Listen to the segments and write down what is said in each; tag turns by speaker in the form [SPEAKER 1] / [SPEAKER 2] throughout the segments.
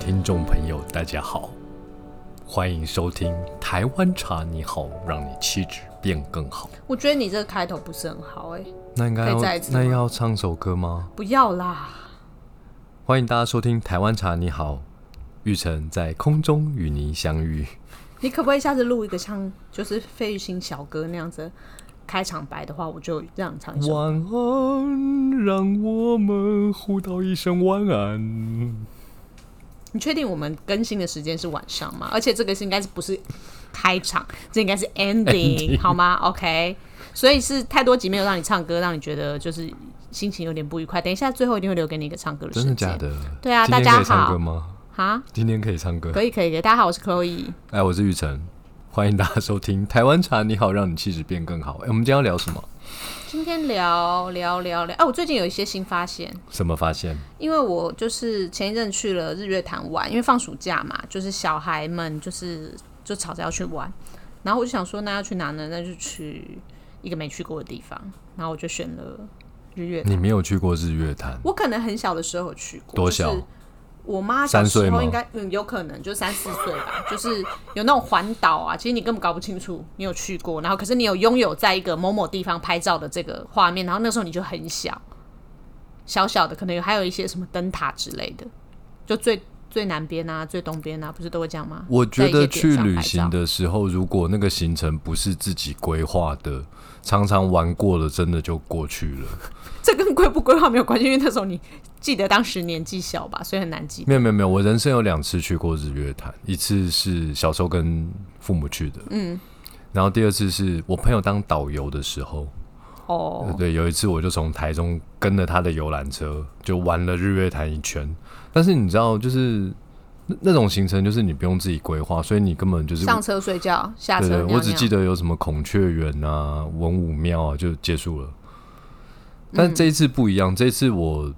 [SPEAKER 1] 听众朋友，大家好，欢迎收听《台湾茶你好》，让你气质变更好。
[SPEAKER 2] 我觉得你这个开头不是很好哎、
[SPEAKER 1] 那应该
[SPEAKER 2] 可以
[SPEAKER 1] 要
[SPEAKER 2] 再一次吗
[SPEAKER 1] 那要唱首歌吗？
[SPEAKER 2] 不要啦！
[SPEAKER 1] 欢迎大家收听《台湾茶你好》，玉成在空中与您相遇。
[SPEAKER 2] 你可不可以下次录一个像就是费玉清小哥那样子的开场白的话，我就让你唱一首。
[SPEAKER 1] 晚安，让我们互道一声晚安。
[SPEAKER 2] 你确定我们更新的时间是晚上吗？而且这个是应该是不是开场，这应该是 ending 好吗？OK，所以是太多集没有让你唱歌，让你觉得就是心情有点不愉快。等一下最后一定会留给你一个唱歌的时
[SPEAKER 1] 真
[SPEAKER 2] 间。
[SPEAKER 1] 的假？的？
[SPEAKER 2] 对啊
[SPEAKER 1] 今天
[SPEAKER 2] 大家
[SPEAKER 1] 可以唱
[SPEAKER 2] 好
[SPEAKER 1] 歌吗？
[SPEAKER 2] 哈，
[SPEAKER 1] 今天可以唱歌。
[SPEAKER 2] 可以可以可以。大家好，我是 Chloe。
[SPEAKER 1] 哎，我是玉成，欢迎大家收听《台湾茶你好》，让你气质变更好。哎，我们今天要聊什么？
[SPEAKER 2] 今天聊聊聊聊，哎、我最近有一些新发现。
[SPEAKER 1] 什么发现？
[SPEAKER 2] 因为我就是前一阵去了日月潭玩，因为放暑假嘛，就是小孩们就是就吵着要去玩，然后我就想说，那要去哪呢？那就去一个没去过的地方，然后我就选了日月潭。
[SPEAKER 1] 你没有去过日月潭，
[SPEAKER 2] 我可能很小的时候有去过，
[SPEAKER 1] 多小
[SPEAKER 2] 就是我妈小
[SPEAKER 1] 三岁
[SPEAKER 2] 时候
[SPEAKER 1] 吗
[SPEAKER 2] 应该嗯有可能就三四岁吧， 就是有那种环岛啊，其实你根本搞不清楚你有去过，然后可是你有拥有在一个某某地方拍照的这个画面，然后那时候你就很小，小小的，可能有还有一些什么灯塔之类的，就最最南边啊，最东边啊，不是都会这样吗？
[SPEAKER 1] 我觉得去
[SPEAKER 2] 在一个点上
[SPEAKER 1] 旅
[SPEAKER 2] 拍
[SPEAKER 1] 行
[SPEAKER 2] 照
[SPEAKER 1] 的时候，如果那个行程不是自己规划的，常常玩过了，真的就过去了。
[SPEAKER 2] 这跟规不规划没有关系，因为那时候你记得当时年纪小吧，所以很难记得。
[SPEAKER 1] 没有没有没有，我人生有两次去过日月潭，一次是小时候跟父母去的，嗯，然后第二次是我朋友当导游的时候，
[SPEAKER 2] 哦，
[SPEAKER 1] 对，有一次我就从台中跟着他的游览车，就玩了日月潭一圈。但是你知道，就是那那种行程，就是你不用自己规划，所以你根本就是
[SPEAKER 2] 上车睡觉，下
[SPEAKER 1] 对
[SPEAKER 2] 车
[SPEAKER 1] 对，
[SPEAKER 2] 尿尿。
[SPEAKER 1] 我只记得有什么孔雀园啊、文武庙啊，就结束了。
[SPEAKER 2] 嗯
[SPEAKER 1] 但这一次不一样，这一次我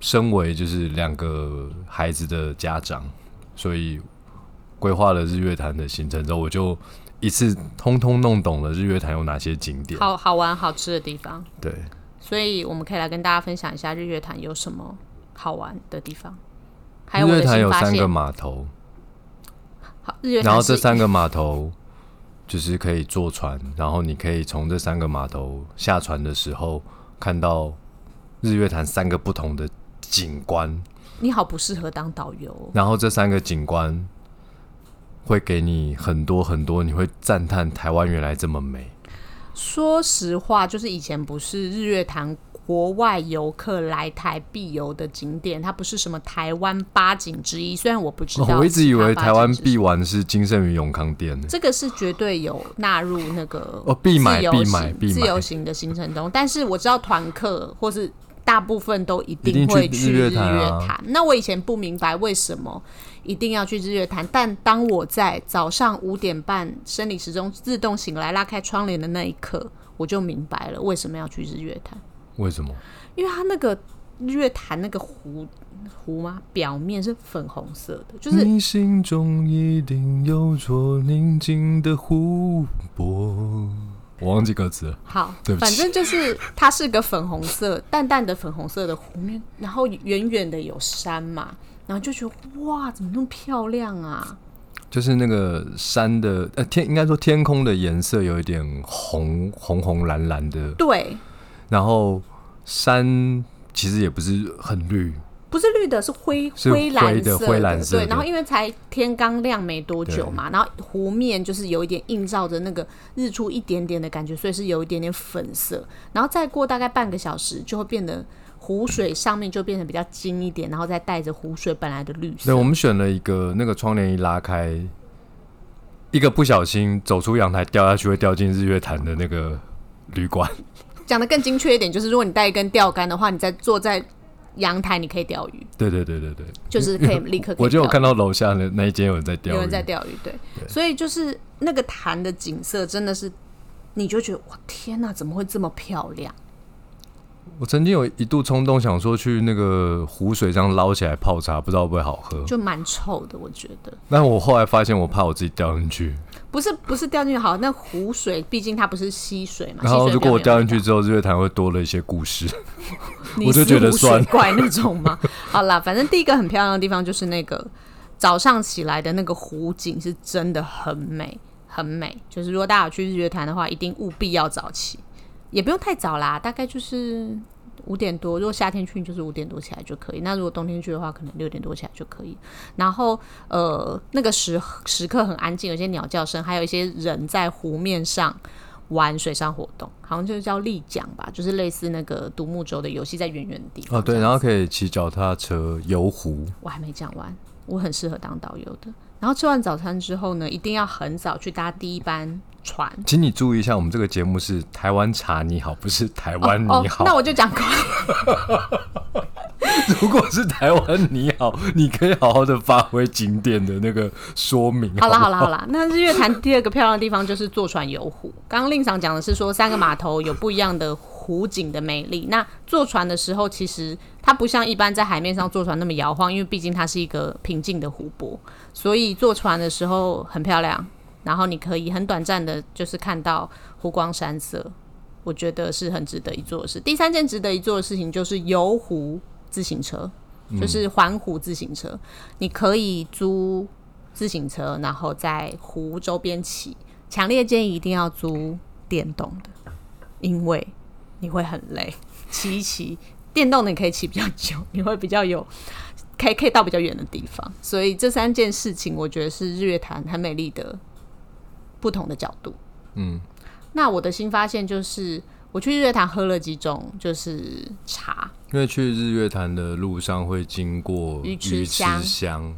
[SPEAKER 1] 身为就是两个孩子的家长，所以规划了日月潭的行程之后，我就一次通通弄懂了日月潭有哪些景点。
[SPEAKER 2] 好好玩好吃的地方，
[SPEAKER 1] 对，
[SPEAKER 2] 所以我们可以来跟大家分享一下日月潭有什么好玩的地方，还有
[SPEAKER 1] 日
[SPEAKER 2] 我
[SPEAKER 1] 月
[SPEAKER 2] 的
[SPEAKER 1] 潭
[SPEAKER 2] 新
[SPEAKER 1] 有
[SPEAKER 2] 发
[SPEAKER 1] 三个
[SPEAKER 2] 现。
[SPEAKER 1] 码头，
[SPEAKER 2] 好，日月潭
[SPEAKER 1] 然后这
[SPEAKER 2] 是
[SPEAKER 1] 三个码头就是可以坐船，然后你可以从这三个码头下船的时候看到日月潭三个不同的景观，
[SPEAKER 2] 你好不适合当导游哦、
[SPEAKER 1] 然后这三个景观会给你很多很多，你会赞叹台湾原来这么美。
[SPEAKER 2] 说实话，就是以前不是日月潭。国外游客来台必游的景点，它不是什么台湾八景之一。虽然我不知道、
[SPEAKER 1] 哦我一直以为台湾
[SPEAKER 2] 必
[SPEAKER 1] 必玩是金盛宇永康店呢，
[SPEAKER 2] 这个是绝对有纳入那个
[SPEAKER 1] 哦必买
[SPEAKER 2] 自由
[SPEAKER 1] 必
[SPEAKER 2] 行
[SPEAKER 1] 买必买
[SPEAKER 2] 自由行的行程中，但是我知道团客或是大部分都一
[SPEAKER 1] 一定去
[SPEAKER 2] 会
[SPEAKER 1] 日
[SPEAKER 2] 去
[SPEAKER 1] 月
[SPEAKER 2] 日
[SPEAKER 1] 潭啊
[SPEAKER 2] 潭那我以前不明白为什么一定要去日月潭，但当我在早上五点半生理时钟自动醒来拉开窗帘的那一刻，我就明白了为什么要去日月潭，
[SPEAKER 1] 为什么？
[SPEAKER 2] 因为它那个日月潭那个湖湖吗？表面是粉红色的，就是
[SPEAKER 1] 你心中一定有座宁静的湖泊。我忘记歌词了。
[SPEAKER 2] 好
[SPEAKER 1] 对，不
[SPEAKER 2] 反
[SPEAKER 1] 起
[SPEAKER 2] 正就是它是个粉红色、淡淡的粉红色的湖面，然后远远的有山嘛，然后就觉得哇，怎么那么漂亮啊？
[SPEAKER 1] 就是那个山的呃天，应该说天空的颜色有一点红红红蓝蓝的，
[SPEAKER 2] 对，
[SPEAKER 1] 然后山其实也不是很绿，
[SPEAKER 2] 不是啊绿的，是灰
[SPEAKER 1] 是灰的
[SPEAKER 2] 蓝色
[SPEAKER 1] 灰蓝色的
[SPEAKER 2] 对，然后因为才天刚亮没多久嘛，然后湖面就是有一点映照着那个日出一点点的感觉，所以是有一点点粉色。然后再过大概半个小时，就会变得湖水上面就变得比较金一点，然后再带着湖水本来的绿
[SPEAKER 1] 对，
[SPEAKER 2] 色。
[SPEAKER 1] 我们选了一个那个窗帘一拉开，一个不小心走出阳台掉下去会掉进日月潭的那个旅馆，
[SPEAKER 2] 讲的更精确一点，就是如果你带一根钓竿的话，你在坐在阳台，你可以钓鱼，
[SPEAKER 1] 对对对对对，
[SPEAKER 2] 就是可以立刻可以
[SPEAKER 1] 我就有
[SPEAKER 2] 钓鱼
[SPEAKER 1] 看到楼下的那一间有人在钓鱼，
[SPEAKER 2] 有人在钓鱼，对，所以就是那个潭的景色真的是，你就觉得哇天哪，怎么会这么漂亮？
[SPEAKER 1] 我曾经有一度冲动想说去那个湖水这样捞起来泡茶，不知道会不会好喝。
[SPEAKER 2] 就蛮臭的，我觉得
[SPEAKER 1] 但我后来发现，我怕我自己掉进去。
[SPEAKER 2] 不是不是掉进去好，那湖水毕竟它不是溪水嘛，
[SPEAKER 1] 然后
[SPEAKER 2] 溪水
[SPEAKER 1] 如果我
[SPEAKER 2] 比较
[SPEAKER 1] 掉
[SPEAKER 2] 没
[SPEAKER 1] 进
[SPEAKER 2] 有
[SPEAKER 1] 去
[SPEAKER 2] 味道，
[SPEAKER 1] 之后，日月潭会多了一些故 事。
[SPEAKER 2] 你
[SPEAKER 1] 我就觉得
[SPEAKER 2] 是湖水
[SPEAKER 1] 酸
[SPEAKER 2] 怪那种吗？好啦，反正第一个很漂亮的地方就是那个早上起来的那个湖景是真的很美，很美。就是如果大家有去日月潭的话，一定务必要早起，也不用太早啦，大概就是五点多。如果夏天去，你就是五点多起来就可以；那如果冬天去的话，可能六点多起来就可以。然后呃，那个时时刻很安静，有些鸟叫声，还有一些人在湖面上。玩水上活动，好像就是叫立桨吧，就是类似那个独木舟的游戏，在远远的地方。
[SPEAKER 1] 哦，对，然后可以骑脚踏车游湖。
[SPEAKER 2] 我还没讲完，我很适合当导游的。然后吃完早餐之后呢，一定要很早去搭第一班船。
[SPEAKER 1] 请你注意一下，我们这个节目是台湾茶你好，不是台湾你
[SPEAKER 2] 哦，
[SPEAKER 1] 好。
[SPEAKER 2] 那我就讲快。
[SPEAKER 1] 如果是台湾你好，你可以好好的发挥景点的那个说明。
[SPEAKER 2] 好啦
[SPEAKER 1] 不
[SPEAKER 2] 好啦好啦，那日月潭第二个漂亮的地方就是坐船游湖。刚刚令赏讲的是说三个码头有不一样的湖景的美丽。那坐船的时候，其实它不像一般在海面上坐船那么摇晃，因为毕竟它是一个平静的湖泊，所以坐船的时候很漂亮。然后你可以很短暂的，就是看到湖光山色，我觉得是很值得一做的事。第三件值得一做的事情就是游湖自行车，就是环湖自行车，你可以租自行车，然后在湖周边骑。强烈建议一定要租电动的，因为你会很累，骑一骑电动的你可以骑比较久，你会比较有。可以可以到比较远的地方，所以这三件事情，我觉得是日月潭很美丽的不同的角度。
[SPEAKER 1] 嗯，
[SPEAKER 2] 那我的新发现就是，我去日月潭喝了几种就是茶，
[SPEAKER 1] 因为去日月潭的路上会经过
[SPEAKER 2] 鱼
[SPEAKER 1] 池
[SPEAKER 2] 池乡
[SPEAKER 1] 乡，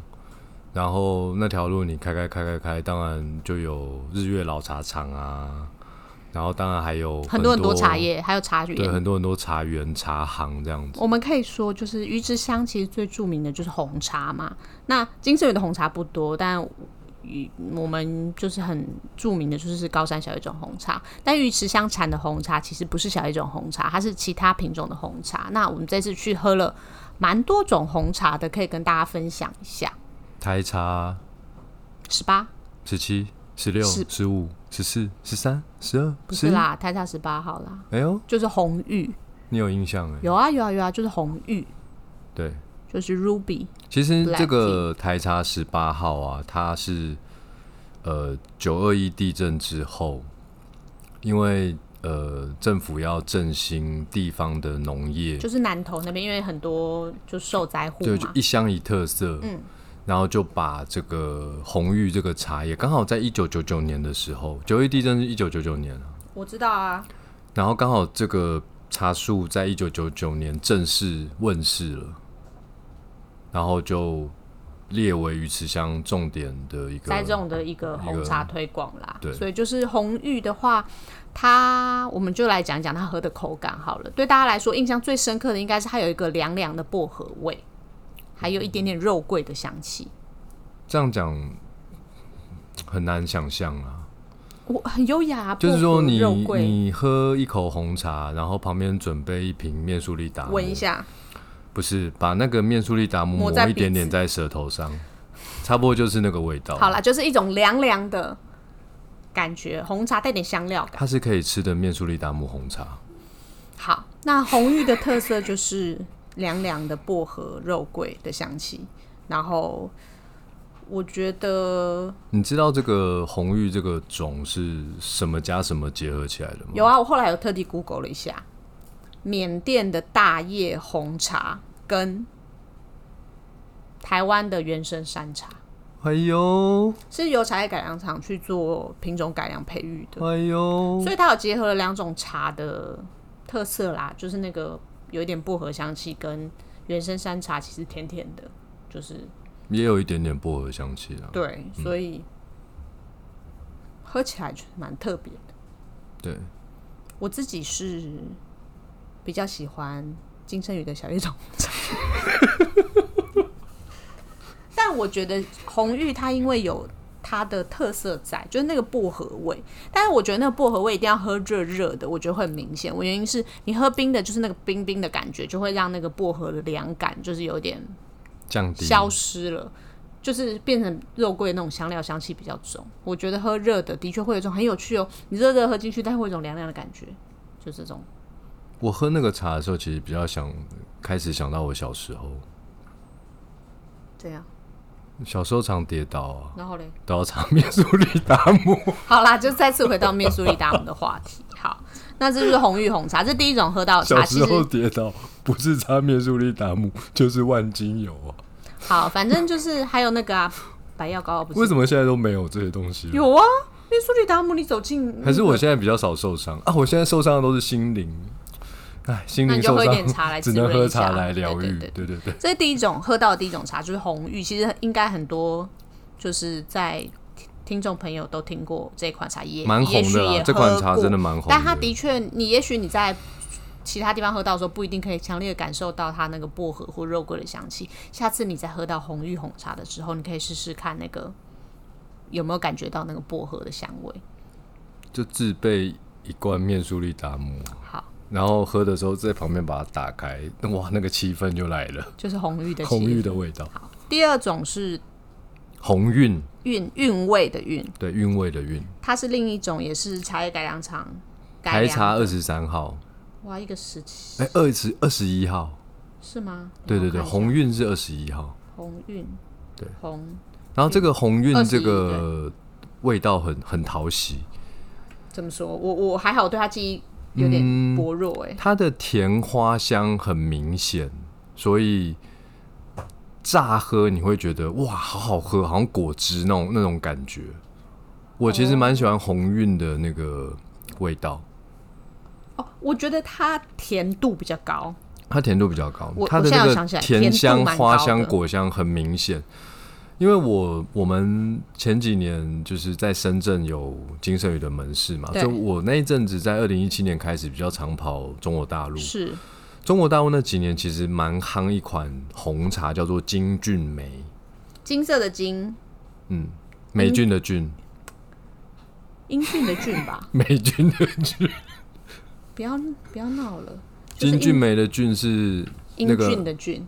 [SPEAKER 1] 然后那条路你开开开开开，当然就有日月老茶厂啊，然后当然还有
[SPEAKER 2] 很多很多茶，叶，还有茶
[SPEAKER 1] 哦对，
[SPEAKER 2] 园。
[SPEAKER 1] 很多很多茶园、茶行这样子。
[SPEAKER 2] 我们可以说，就是鱼之乡其实最著名的就是红茶嘛。那金圣宇的红茶不多，但与我们就是很著名的就是高山小叶种红茶。但鱼池乡产的红茶其实不是小叶种红茶，它是其他品种的红茶。那我们这次去喝了蛮多种红茶的，可以跟大家分享一下。
[SPEAKER 1] 台茶
[SPEAKER 2] 十八
[SPEAKER 1] 十七、十六、
[SPEAKER 2] 是
[SPEAKER 1] 十五、十四、十三、十二、
[SPEAKER 2] 不
[SPEAKER 1] 十
[SPEAKER 2] 是
[SPEAKER 1] 一。
[SPEAKER 2] 啦，台下十八号啦，
[SPEAKER 1] 哎呦，
[SPEAKER 2] 就是红玉。
[SPEAKER 1] 你有印象哎？
[SPEAKER 2] 有啊有啊有啊，就是红玉，
[SPEAKER 1] 对，
[SPEAKER 2] 就是 Ruby，
[SPEAKER 1] 其实这个台茶十八号啊，它是呃九二一地震之后，因为呃政府要振兴地方的农业，
[SPEAKER 2] 就是南投那边，因为很多就受灾户
[SPEAKER 1] 对，就
[SPEAKER 2] 嘛。
[SPEAKER 1] 一乡一特色，嗯，然后就把这个红玉这个茶叶，刚好在一九九九年的时候，九一地震是一九九九年啊，
[SPEAKER 2] 我知道啊，
[SPEAKER 1] 然后刚好这个茶树在一九九九年正式问世了，然后就列为鱼池乡重点的一个
[SPEAKER 2] 栽种的一个
[SPEAKER 1] 一
[SPEAKER 2] 红
[SPEAKER 1] 个
[SPEAKER 2] 茶推广啦。
[SPEAKER 1] 对
[SPEAKER 2] 所以就是红玉的话，它我们就来讲讲它喝的口感好了。对大家来说，印象最深刻的应该是它有一个凉凉的薄荷味，还有一点点肉桂的香气。
[SPEAKER 1] 这样讲很难想象啊，
[SPEAKER 2] 我很优雅、啊，
[SPEAKER 1] 就是
[SPEAKER 2] 薄
[SPEAKER 1] 说
[SPEAKER 2] 荷
[SPEAKER 1] 你
[SPEAKER 2] 肉桂
[SPEAKER 1] 你喝一口红茶，然后旁边准备一瓶面苏利达姆，
[SPEAKER 2] 闻一下，
[SPEAKER 1] 不是把那个面苏利达姆
[SPEAKER 2] 抹
[SPEAKER 1] 抹
[SPEAKER 2] 在
[SPEAKER 1] 一点
[SPEAKER 2] 鼻子
[SPEAKER 1] 点在舌头上，差不多就是那个味道。
[SPEAKER 2] 好啦，就是一种凉凉的感觉，红茶带点香料感。
[SPEAKER 1] 它是可以吃的面苏利达姆红茶。
[SPEAKER 2] 好，那红玉的特色就是凉凉的薄荷肉桂的香气，然后我觉得
[SPEAKER 1] 你知道这个红玉这个种是什么加什么结合起来的吗？
[SPEAKER 2] 有啊，我后来有特地 Google 了一下，缅甸的大叶红茶跟台湾的原生山茶
[SPEAKER 1] 哎呦，
[SPEAKER 2] 是由茶叶改良厂去做品种改良培育的，
[SPEAKER 1] 哎呦，
[SPEAKER 2] 所以它有结合了两种茶的特色啦，就是那个有一点薄荷香气跟原生山茶其实甜甜的，就是
[SPEAKER 1] 也有一点点薄荷香气啊。
[SPEAKER 2] 对，所以、喝起来就是蛮特别的。
[SPEAKER 1] 对，
[SPEAKER 2] 我自己是比较喜欢金圣宇的小叶种红茶，但我觉得红玉它因为有它的特色在，就是那个薄荷味。但是我觉得那个薄荷味一定要喝热热的，我觉得会很明显。我原因是你喝冰的，就是那个冰冰的感觉，就会让那个薄荷的凉感就是有点
[SPEAKER 1] 降低。
[SPEAKER 2] 消失了，就是变成肉桂那种香料香气比较重。我觉得喝热的的确会有一种很有趣哦，你热热喝进去，但会有一种凉凉的感觉，就这种。
[SPEAKER 1] 我喝那个茶的时候，其实比较想开始想到我小时候，
[SPEAKER 2] 这样，
[SPEAKER 1] 小时候常跌倒啊，
[SPEAKER 2] 然后嘞，
[SPEAKER 1] 倒场面苏里达 姆。
[SPEAKER 2] 好啦，就再次回到面苏里达姆的话题。好，那这就是红玉红茶，这第一种喝到的
[SPEAKER 1] 小
[SPEAKER 2] 茶，其
[SPEAKER 1] 时候
[SPEAKER 2] 实
[SPEAKER 1] 跌倒不是擦面苏里达姆，就是万金油啊。
[SPEAKER 2] 好，反正就是还有那个啊，白药膏啊不是
[SPEAKER 1] 为什么现在都没有这些东西了？
[SPEAKER 2] 有啊，面苏里达姆，你走进
[SPEAKER 1] 还是我现在比较少受伤啊？我现在受伤的都是心灵，哎，心
[SPEAKER 2] 那
[SPEAKER 1] 灵
[SPEAKER 2] 你就
[SPEAKER 1] 受
[SPEAKER 2] 喝一
[SPEAKER 1] 伤
[SPEAKER 2] 点茶来
[SPEAKER 1] 只
[SPEAKER 2] 滋
[SPEAKER 1] 能
[SPEAKER 2] 润一
[SPEAKER 1] 喝
[SPEAKER 2] 下
[SPEAKER 1] 茶来疗愈。
[SPEAKER 2] 对
[SPEAKER 1] 对对对，
[SPEAKER 2] 这是第一种喝到的第一种茶，就是红玉。其实应该很多就是在听听众朋友都听过这款茶，也
[SPEAKER 1] 蛮
[SPEAKER 2] 也
[SPEAKER 1] 红
[SPEAKER 2] 许
[SPEAKER 1] 的啦
[SPEAKER 2] 也。
[SPEAKER 1] 这款
[SPEAKER 2] 喝
[SPEAKER 1] 茶
[SPEAKER 2] 过
[SPEAKER 1] 真的蛮红
[SPEAKER 2] 但它
[SPEAKER 1] 的
[SPEAKER 2] 的确，你也许你在其他地方喝到的时候，不一定可以强烈的感受到它那个薄荷或肉桂的香气。下次你在喝到红玉红茶的时候，你可以试试看那个有没有感觉到那个薄荷的香味。
[SPEAKER 1] 就自备一罐面苏利达姆，
[SPEAKER 2] 好，
[SPEAKER 1] 然后喝的时候在旁边把它打开，哇，那个气氛就来了，
[SPEAKER 2] 就是红玉的气
[SPEAKER 1] 红玉。的味道，
[SPEAKER 2] 好，第二种是
[SPEAKER 1] 红韵，
[SPEAKER 2] 韵韵味的韵，
[SPEAKER 1] 对，韵味的韵。
[SPEAKER 2] 它是另一种，也是茶叶改良厂改
[SPEAKER 1] 台
[SPEAKER 2] 良
[SPEAKER 1] 茶二十三号，
[SPEAKER 2] 哇，一个时期
[SPEAKER 1] 哎，二十二十一号，
[SPEAKER 2] 是吗？
[SPEAKER 1] 对对
[SPEAKER 2] 我
[SPEAKER 1] 对，
[SPEAKER 2] 看一下
[SPEAKER 1] 红韵是二十一号。
[SPEAKER 2] 红韵，
[SPEAKER 1] 对
[SPEAKER 2] 红
[SPEAKER 1] 然后这个
[SPEAKER 2] 嗯
[SPEAKER 1] 红韵
[SPEAKER 2] 21
[SPEAKER 1] 这个味道很很讨喜，
[SPEAKER 2] 怎么说？我我还好，对它记忆有
[SPEAKER 1] 嗯
[SPEAKER 2] 点薄弱哎、
[SPEAKER 1] 它的甜花香很明显，所以乍喝你会觉得哇，好好喝，好像果汁那种那种感觉。我其实蛮喜欢红韵的那个味道，
[SPEAKER 2] 哦，我觉得它甜度比较高，
[SPEAKER 1] 它甜度比较高
[SPEAKER 2] 我，
[SPEAKER 1] 它的
[SPEAKER 2] 我现
[SPEAKER 1] 那
[SPEAKER 2] 在有想起
[SPEAKER 1] 个
[SPEAKER 2] 来甜度
[SPEAKER 1] 香、
[SPEAKER 2] 蛮
[SPEAKER 1] 花
[SPEAKER 2] 高
[SPEAKER 1] 香、
[SPEAKER 2] 的
[SPEAKER 1] 果香很明显。因为我我们前几年就是在深圳有金圣宇的门市嘛，
[SPEAKER 2] 对
[SPEAKER 1] 就我那一阵子在二零一七年开始比较常跑中国大陆，
[SPEAKER 2] 是
[SPEAKER 1] 中国大陆那几年其实蛮夯一款红茶，叫做金骏眉，
[SPEAKER 2] 金色的金，
[SPEAKER 1] 嗯，霉菌的菌，？
[SPEAKER 2] 英俊的俊吧
[SPEAKER 1] 霉菌的菌，
[SPEAKER 2] 不要不要闹了，就 是
[SPEAKER 1] 金骏
[SPEAKER 2] 英
[SPEAKER 1] 眉的菌是那
[SPEAKER 2] 英
[SPEAKER 1] 个
[SPEAKER 2] 俊的俊，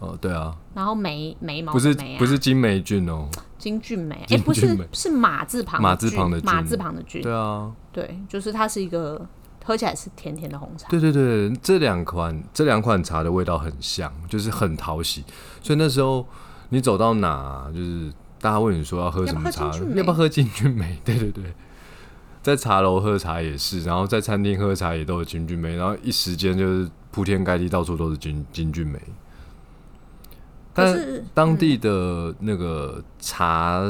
[SPEAKER 1] 哦，对啊，
[SPEAKER 2] 然后眉眉毛
[SPEAKER 1] 不是
[SPEAKER 2] 的眉啊
[SPEAKER 1] 不是哦金霉菌哦，
[SPEAKER 2] 金俊眉，哎、
[SPEAKER 1] 金
[SPEAKER 2] 不
[SPEAKER 1] 俊
[SPEAKER 2] 是
[SPEAKER 1] 眉
[SPEAKER 2] 是马字旁
[SPEAKER 1] 马字旁的
[SPEAKER 2] 俊马
[SPEAKER 1] 俊
[SPEAKER 2] 字旁的俊，
[SPEAKER 1] 对啊，
[SPEAKER 2] 对，就是它是一个喝起来是甜甜的红茶。
[SPEAKER 1] 对对对，这两款这两款茶的味道很像，就是很讨喜，所以那时候你走到哪，就是大家问你说要喝什么茶
[SPEAKER 2] 要不要喝金骏，眉
[SPEAKER 1] 要不要喝金骏眉？ 对对对，在茶楼喝茶也是，然后在餐厅喝茶也都有金骏眉，然后一时间就是铺天盖地，到处都是金金骏眉。
[SPEAKER 2] 可
[SPEAKER 1] 但
[SPEAKER 2] 是嗯
[SPEAKER 1] 当地的那个茶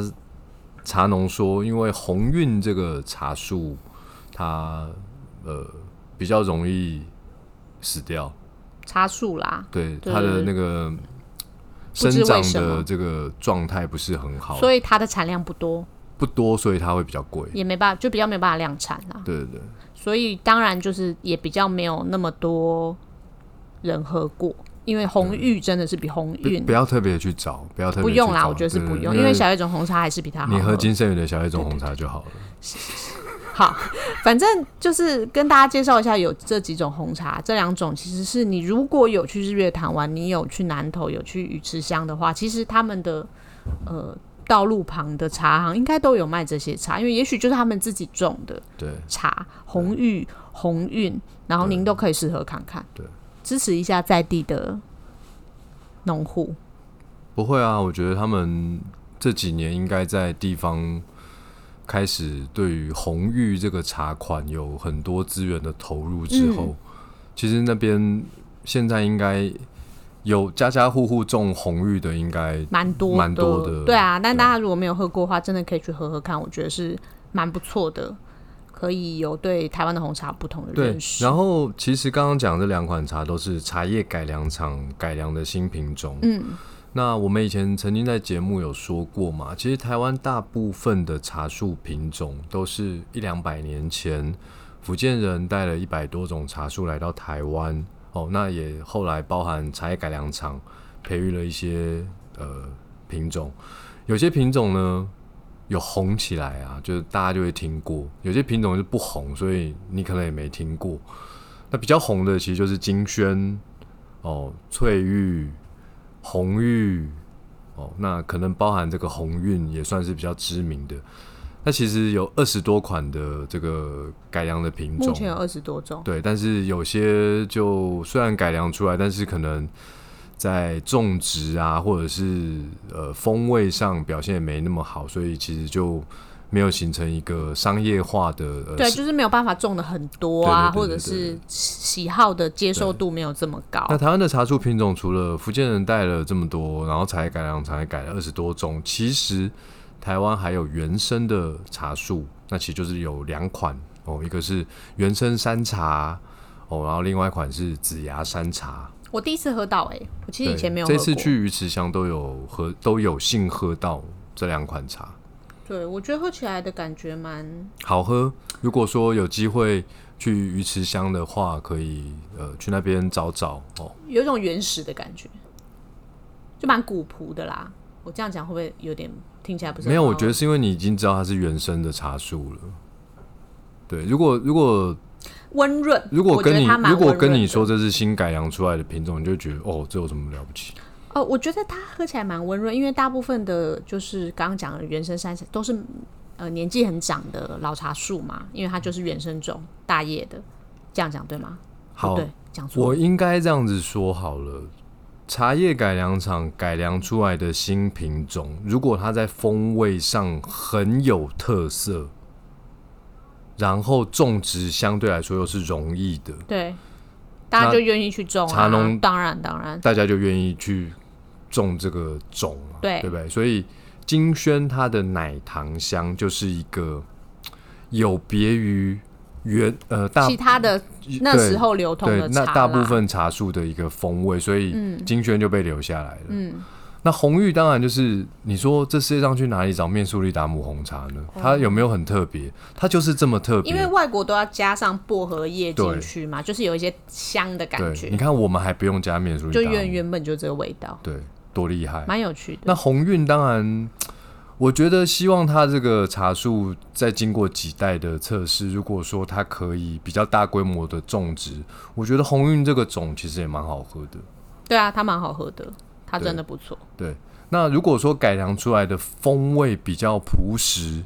[SPEAKER 1] 茶农说，因为鸿运这个茶树，它呃比较容易死掉，
[SPEAKER 2] 茶树啦，
[SPEAKER 1] 对
[SPEAKER 2] 对
[SPEAKER 1] 它的
[SPEAKER 2] 对
[SPEAKER 1] 那
[SPEAKER 2] 对
[SPEAKER 1] 个
[SPEAKER 2] 知
[SPEAKER 1] 生长
[SPEAKER 2] 为什么
[SPEAKER 1] 的这个状态不是很好，
[SPEAKER 2] 所以它的产量不多，
[SPEAKER 1] 不多，所以它会比较贵。
[SPEAKER 2] 也没办法，就比较没办法量产啦。
[SPEAKER 1] 对对对，
[SPEAKER 2] 所以当然就是也比较没有那么多人喝过，因为红玉真的是比红运
[SPEAKER 1] 不不要特别去找，不要特别
[SPEAKER 2] 不
[SPEAKER 1] 去
[SPEAKER 2] 用啦，
[SPEAKER 1] 找
[SPEAKER 2] 我觉得是
[SPEAKER 1] 对
[SPEAKER 2] 不
[SPEAKER 1] 对
[SPEAKER 2] 用，
[SPEAKER 1] 对
[SPEAKER 2] 因为小叶种红茶还是比它好
[SPEAKER 1] 你喝
[SPEAKER 2] 喝。
[SPEAKER 1] 金圣宇的小叶种红茶就好了。
[SPEAKER 2] 好，反正就是跟大家介绍一下，有这几种红茶，这两种其实是你如果有去日月潭玩，你有去南投，有去鱼池乡的话，其实他们的呃道路旁的茶行应该都有卖这些茶，因为也许就是他们自己种的。
[SPEAKER 1] 对，
[SPEAKER 2] 茶、红玉、鸿运，然后您都可以试喝看看，
[SPEAKER 1] 对，
[SPEAKER 2] 支持一下在地的农户。
[SPEAKER 1] 不会啊，我觉得他们这几年应该在地方开始对于红玉这个茶款有很多资源的投入之后，
[SPEAKER 2] 嗯
[SPEAKER 1] 其实那边现在应该有家家户户种红玉的，应该
[SPEAKER 2] 蛮多
[SPEAKER 1] 蛮多的
[SPEAKER 2] 对啊。但
[SPEAKER 1] 对
[SPEAKER 2] 大家如果没有喝过的话，真的可以去喝喝看，我觉得是蛮不错的，可以有对台湾的红茶不同的
[SPEAKER 1] 对
[SPEAKER 2] 认。识。
[SPEAKER 1] 然后其实刚刚讲这两款茶都是茶叶改良厂改良的新品种，嗯。那我们以前曾经在节目有说过嘛，其实台湾大部分的茶树品种都是一两百年前福建人带了一百多种茶树来到台湾，哦，那也后来包含茶叶改良厂培育了一些呃品种，有些品种呢有红起来啊，就是大家就会听过；有些品种是不红，所以你可能也没听过。那比较红的其实就是金萱哦、翠玉、红玉哦，那可能包含这个鸿运也算是比较知名的。那其实有二十多款的这个改良的品种，
[SPEAKER 2] 目前有二十多种，
[SPEAKER 1] 对，但是有些就虽然改良出来，但是可能在种植啊，或者是呃风味上表现没那么好，所以其实就没有形成一个商业化的呃
[SPEAKER 2] 对，就是没有办法种的很多啊，
[SPEAKER 1] 对对对对
[SPEAKER 2] 或者是喜好的接受度没有这么高。
[SPEAKER 1] 那台湾的茶树品种，除了福建人带了这么多，然后才改良才改了二十多种，其实台湾还有原生的茶树，那其实就是有两款哦，一个是原生山茶哦，然后另外一款是紫芽山茶。
[SPEAKER 2] 我第一次喝到、欸，哎，我其实以前没有喝
[SPEAKER 1] 对
[SPEAKER 2] 过。
[SPEAKER 1] 这次去鱼池乡都有喝，都有幸喝到这两款茶，
[SPEAKER 2] 对我觉得喝起来的感觉蛮
[SPEAKER 1] 好喝。如果说有机会去鱼池乡的话，可以呃去那边找找哦。
[SPEAKER 2] 有一种原始的感觉，就蛮古朴的啦。我这样讲会不会有点听起来不是很
[SPEAKER 1] 没有，
[SPEAKER 2] 好
[SPEAKER 1] 我觉得是因为你已经知道它是原生的茶树了。对，如果如果
[SPEAKER 2] 温润？
[SPEAKER 1] 如果
[SPEAKER 2] 呃我觉得
[SPEAKER 1] 跟你
[SPEAKER 2] 它蛮
[SPEAKER 1] 如果
[SPEAKER 2] 温润
[SPEAKER 1] 跟你
[SPEAKER 2] 的
[SPEAKER 1] 说这是新改良出来的品种，你就觉得哦，这有什么了不起？
[SPEAKER 2] 哦，我觉得它喝起来蛮温润，因为大部分的就是刚刚讲的原生山茶都是呃年纪很长的老茶树嘛，因为它就是原生种大叶的，这样讲对吗？
[SPEAKER 1] 好
[SPEAKER 2] 不，对，讲错
[SPEAKER 1] 哦我
[SPEAKER 2] 了。
[SPEAKER 1] 应该这样子说好了。茶叶改良厂改良出来的新品种，如果它在风味上很有特色，然后种植相对来说又是容易的，
[SPEAKER 2] 对，大家就愿意去种、啊、
[SPEAKER 1] 茶农
[SPEAKER 2] 当然当然，
[SPEAKER 1] 大家就愿意去种这个种嘛，
[SPEAKER 2] 对
[SPEAKER 1] 对不对？所以金萱它的奶糖香就是一个有别于原呃大
[SPEAKER 2] 其他的那时候流通
[SPEAKER 1] 对
[SPEAKER 2] 的茶嗯
[SPEAKER 1] 那
[SPEAKER 2] 啦
[SPEAKER 1] 大部分茶树的一个风味，所以金萱就被留下来了。嗯，那红玉当然就是你说这世界上去哪里找面苏利达姆红茶呢？它有没有很特别？它就是这么特别，
[SPEAKER 2] 哦因为外国都要加上薄荷叶
[SPEAKER 1] 对
[SPEAKER 2] 进去嘛，就是有一些香的感
[SPEAKER 1] 对，
[SPEAKER 2] 觉
[SPEAKER 1] 你，看我们还不用加面苏利达
[SPEAKER 2] 就
[SPEAKER 1] 姆，
[SPEAKER 2] 原原本就这个味道，
[SPEAKER 1] 对，多厉害！
[SPEAKER 2] 蛮有趣的。
[SPEAKER 1] 那鸿运当然，我觉得希望它这个茶树在经过几代的测试，如果说它可以比较大规模的种植，我觉得鸿运这个种其实也蛮好喝的。
[SPEAKER 2] 对啊，它蛮好喝的，它
[SPEAKER 1] 对
[SPEAKER 2] 真的不错。
[SPEAKER 1] 对，那如果说改良出来的风味比较朴实，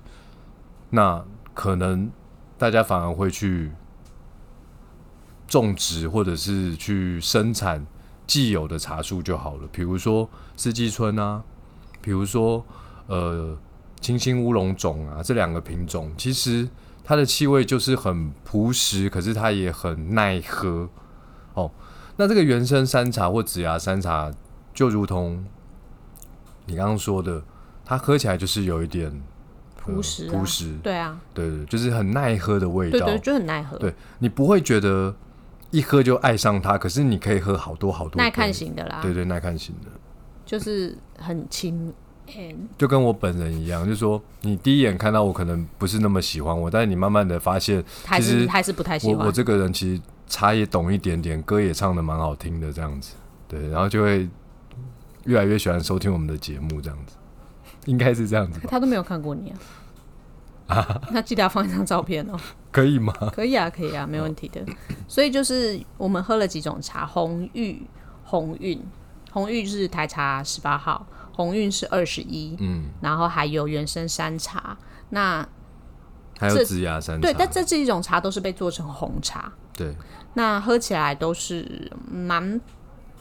[SPEAKER 1] 那可能大家反而会去种植或者是去生产既有的茶树就好了，比如说四季春啊，比如说呃清新乌龙种啊，这两个品种其实它的气味就是很朴实，可是它也很耐喝哦。那这个原生山茶或紫芽山茶，就如同你刚刚说的，它喝起来就是有一点呃
[SPEAKER 2] 朴实啊
[SPEAKER 1] 朴实，
[SPEAKER 2] 对啊，
[SPEAKER 1] 对对，就是很耐喝的味道。
[SPEAKER 2] 对对，就很耐喝。
[SPEAKER 1] 对你不会觉得一喝就爱上它，可是你可以喝好多好多杯。
[SPEAKER 2] 耐看型的啊啦，
[SPEAKER 1] 对对，耐看型的，
[SPEAKER 2] 就是很勤勉。
[SPEAKER 1] 就跟我本人一样，就是说你第一眼看到我可能不是那么喜欢我，但是你慢慢的发现，
[SPEAKER 2] 还
[SPEAKER 1] 其
[SPEAKER 2] 是
[SPEAKER 1] 实
[SPEAKER 2] 还是不太喜
[SPEAKER 1] 我
[SPEAKER 2] 欢
[SPEAKER 1] 我。这个人其实茶也懂一点点，歌也唱的蛮好听的这样子，对，然后就会越来越喜欢收听我们的节目这样子，应该是这样子吧？
[SPEAKER 2] 他都没有看过你啊，啊 那记得要放一张照片哦。
[SPEAKER 1] 可以吗？
[SPEAKER 2] 可以啊，可以啊，没问题的。所以就是我们喝了几种茶，红玉、红韵，红玉是台茶十八号，红韵是二十一，
[SPEAKER 1] 嗯，
[SPEAKER 2] 然后还有原生山茶。那
[SPEAKER 1] 还有
[SPEAKER 2] 这
[SPEAKER 1] 紫芽山茶，
[SPEAKER 2] 对，但这这几种茶都是被做成红茶，
[SPEAKER 1] 对
[SPEAKER 2] 那喝起来都是嗯蛮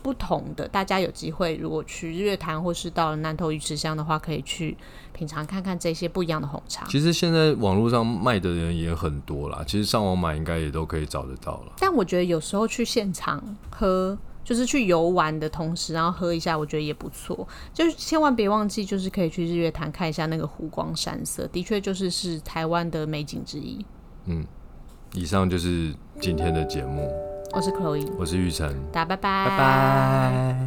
[SPEAKER 2] 不同的。大家有机会如果去日月潭或是到了南投鱼池乡的话，可以去品尝看看这些不一样的红茶。
[SPEAKER 1] 其实现在网络上卖的人也很多啦，其实上网买应该也都可以找得到了。
[SPEAKER 2] 但我觉得有时候去现场喝，就是去游玩的同时，然后喝一下，我觉得也不错。就是千万别忘记，就是可以去日月潭看一下那个湖光山色，的确就是是台湾的美景之一。
[SPEAKER 1] 以上就是今天的节目，
[SPEAKER 2] 我是 Chloe，
[SPEAKER 1] 我是玉成，
[SPEAKER 2] 大家拜拜，
[SPEAKER 1] 拜。拜。